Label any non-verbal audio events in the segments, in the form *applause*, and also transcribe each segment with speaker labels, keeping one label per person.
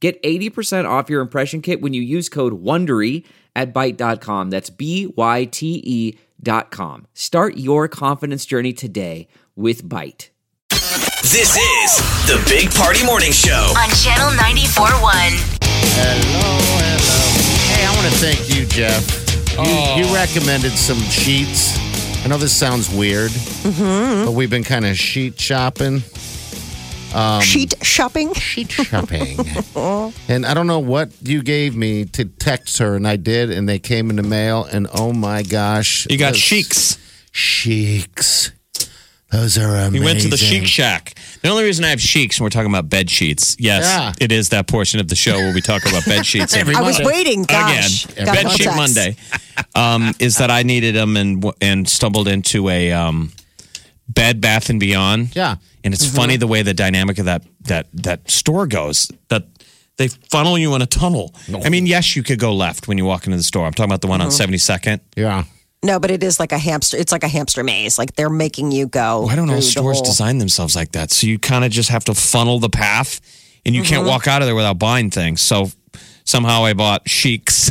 Speaker 1: Get 80% off your impression kit when you use code WONDERY at Byte.com. That's b y t e dot com. Start your confidence journey today with Byte.
Speaker 2: This is the Big Party Morning Show.
Speaker 3: on Channel 94.1.
Speaker 4: Hello, hello. Hey, I want to thank you, Jeff. You, you recommended some sheets. I know this sounds weird,
Speaker 5: Mm-hmm.
Speaker 4: but we've been kind of sheet shopping.
Speaker 5: Sheet shopping.
Speaker 4: Sheet
Speaker 5: *laughs*
Speaker 4: shopping. and I don't know what you gave me to text her, and I did, and they came in the mail, and oh my gosh.
Speaker 6: You got
Speaker 4: those-
Speaker 6: sheiks.
Speaker 4: Sheiks. Those are amazing.
Speaker 6: You went to the chic shack. The only reason I have sheiks when we're talking about bed sheets, yes,
Speaker 4: Yeah.
Speaker 6: it is that portion of the show where we talk
Speaker 4: *laughs*
Speaker 6: about bed sheets every
Speaker 5: I was
Speaker 6: Monday.
Speaker 5: waiting. Gosh.
Speaker 6: Again,
Speaker 5: Got
Speaker 6: bed
Speaker 5: no
Speaker 6: sheet
Speaker 5: text.
Speaker 6: Monday. Um, is that I needed them and w- and stumbled into a um, Bed Bath and Beyond.
Speaker 4: Yeah. Mm-hmm.
Speaker 6: and it's funny the way the dynamic of that that that store goes. That they funnel you in a tunnel. I mean, yes, you could go left when you walk into the store. I'm talking about the
Speaker 4: Mm-hmm.
Speaker 6: one on 72nd.
Speaker 4: Yeah.
Speaker 5: No, but it is like a hamster. It's like a hamster maze. Like they're making you go.
Speaker 6: Why Oh, don't all
Speaker 5: through the
Speaker 6: stores
Speaker 5: whole-
Speaker 6: design themselves like that? So you kind of just have to funnel the path, and you can't walk out of there without buying things. So somehow I bought sheiks,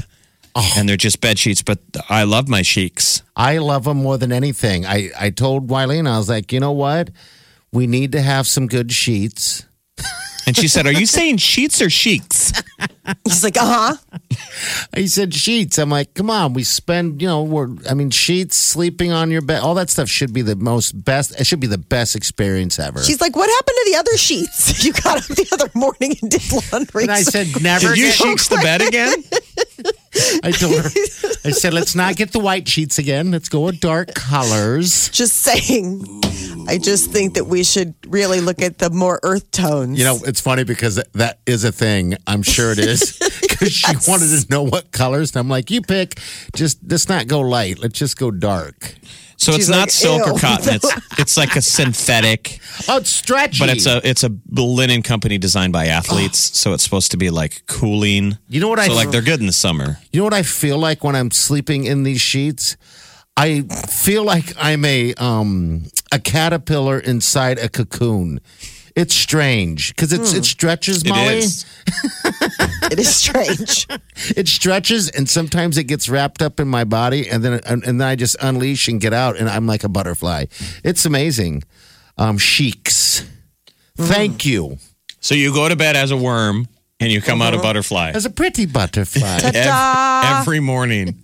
Speaker 6: and they're just bed sheets. But I love my sheiks.
Speaker 4: I love them more than anything. I, I told Wileen, I was like, you know what? We need to have some good sheets.
Speaker 6: And she said, "Are you saying sheets or sheiks?"
Speaker 5: He's like, uh huh.
Speaker 4: He said sheets. I'm like, come on. We spend, you know, we're, I mean, sheets, sleeping on your bed, all that stuff should be the most best. It should be the best experience ever.
Speaker 5: She's like, what happened to the other sheets? *laughs* You got up the other morning and did laundry.
Speaker 4: and I
Speaker 5: *laughs*
Speaker 4: said, never.
Speaker 6: Did you
Speaker 4: get-
Speaker 6: sheiks the bed again?
Speaker 4: *laughs* I told her. I said, let's not get the white sheets again. Let's go with dark colors.
Speaker 5: just saying. I just think that we should really look at the more earth tones.
Speaker 4: You know, it's funny because that- that is a thing. I'm sure it is. Because she wanted to know what colors, and I'm like, you pick. Just let's not go light. Let's just go dark.
Speaker 6: So it's
Speaker 5: She's
Speaker 6: not
Speaker 5: like,
Speaker 6: silk or
Speaker 5: "Ew."
Speaker 6: cotton. It's it's like a synthetic,
Speaker 4: Oh, it's stretchy.
Speaker 6: but it's a it's a linen company designed by athletes. So it's supposed to be like cooling.
Speaker 4: You know what I
Speaker 6: So like they're good in the summer.
Speaker 4: You know what I feel like when I'm sleeping in these sheets? I feel like I'm a um a caterpillar inside a cocoon. It's strange because it's it stretches,
Speaker 6: It
Speaker 4: Molly.
Speaker 6: is.
Speaker 5: *laughs* it is strange.
Speaker 4: It stretches, and sometimes it gets wrapped up in my body, and then and, and then I just unleash and get out, and I'm like a butterfly. It's amazing. Um, sheiks. Thank you.
Speaker 6: So you go to bed as a worm and you come out a butterfly
Speaker 4: As a pretty butterfly.
Speaker 6: *laughs* Ev- every morning.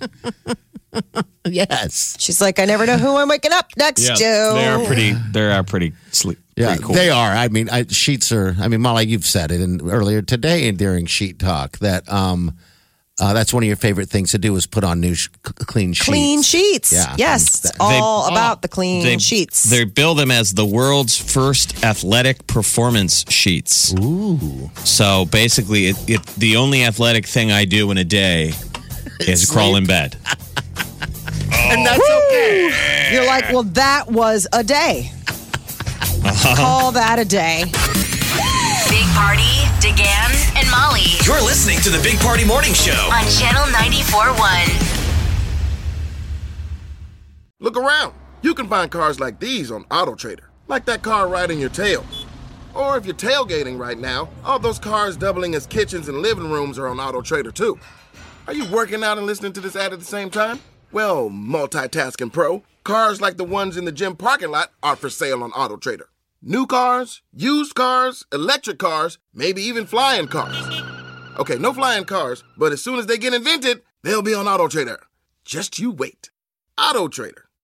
Speaker 4: yes.
Speaker 5: She's like, I never know who I'm waking up next to.
Speaker 6: they are pretty. They are pretty sleep.
Speaker 4: Yeah,
Speaker 6: pretty cool.
Speaker 4: they are. I mean, I, sheets are. I mean, Molly, you've said it in, earlier today during sheet talk that um, uh, that's one of your favorite things to do is put on new, sh- c- clean sheets.
Speaker 5: clean sheets.
Speaker 4: Yeah.
Speaker 5: yes, it's
Speaker 6: They-
Speaker 5: all about the clean
Speaker 6: They-
Speaker 5: Mm, sheets.
Speaker 6: They bill them as the world's first athletic performance sheets. Ooh. So basically, it, it the only athletic thing I do in a day is crawl in bed.
Speaker 4: and that's okay.
Speaker 5: You're like, well, that was a day. Call that a day.
Speaker 3: Big Party, DeGan, and Molly
Speaker 2: You're listening to the Big Party Morning Show.
Speaker 3: on Channel 94.1.
Speaker 7: Look around. You can find cars like these on AutoTrader, like that car riding your tail. Or if you're tailgating right now, all those cars doubling as kitchens and living rooms are on AutoTrader too. Are you working out and listening to this ad at the same time? Well, multitasking pro, cars like the ones in the gym parking lot are for sale on AutoTrader. New cars, used cars, electric cars, maybe even flying cars. Okay, no flying cars, but as soon as they get invented, they'll be on AutoTrader. Just you wait. Auto Trader.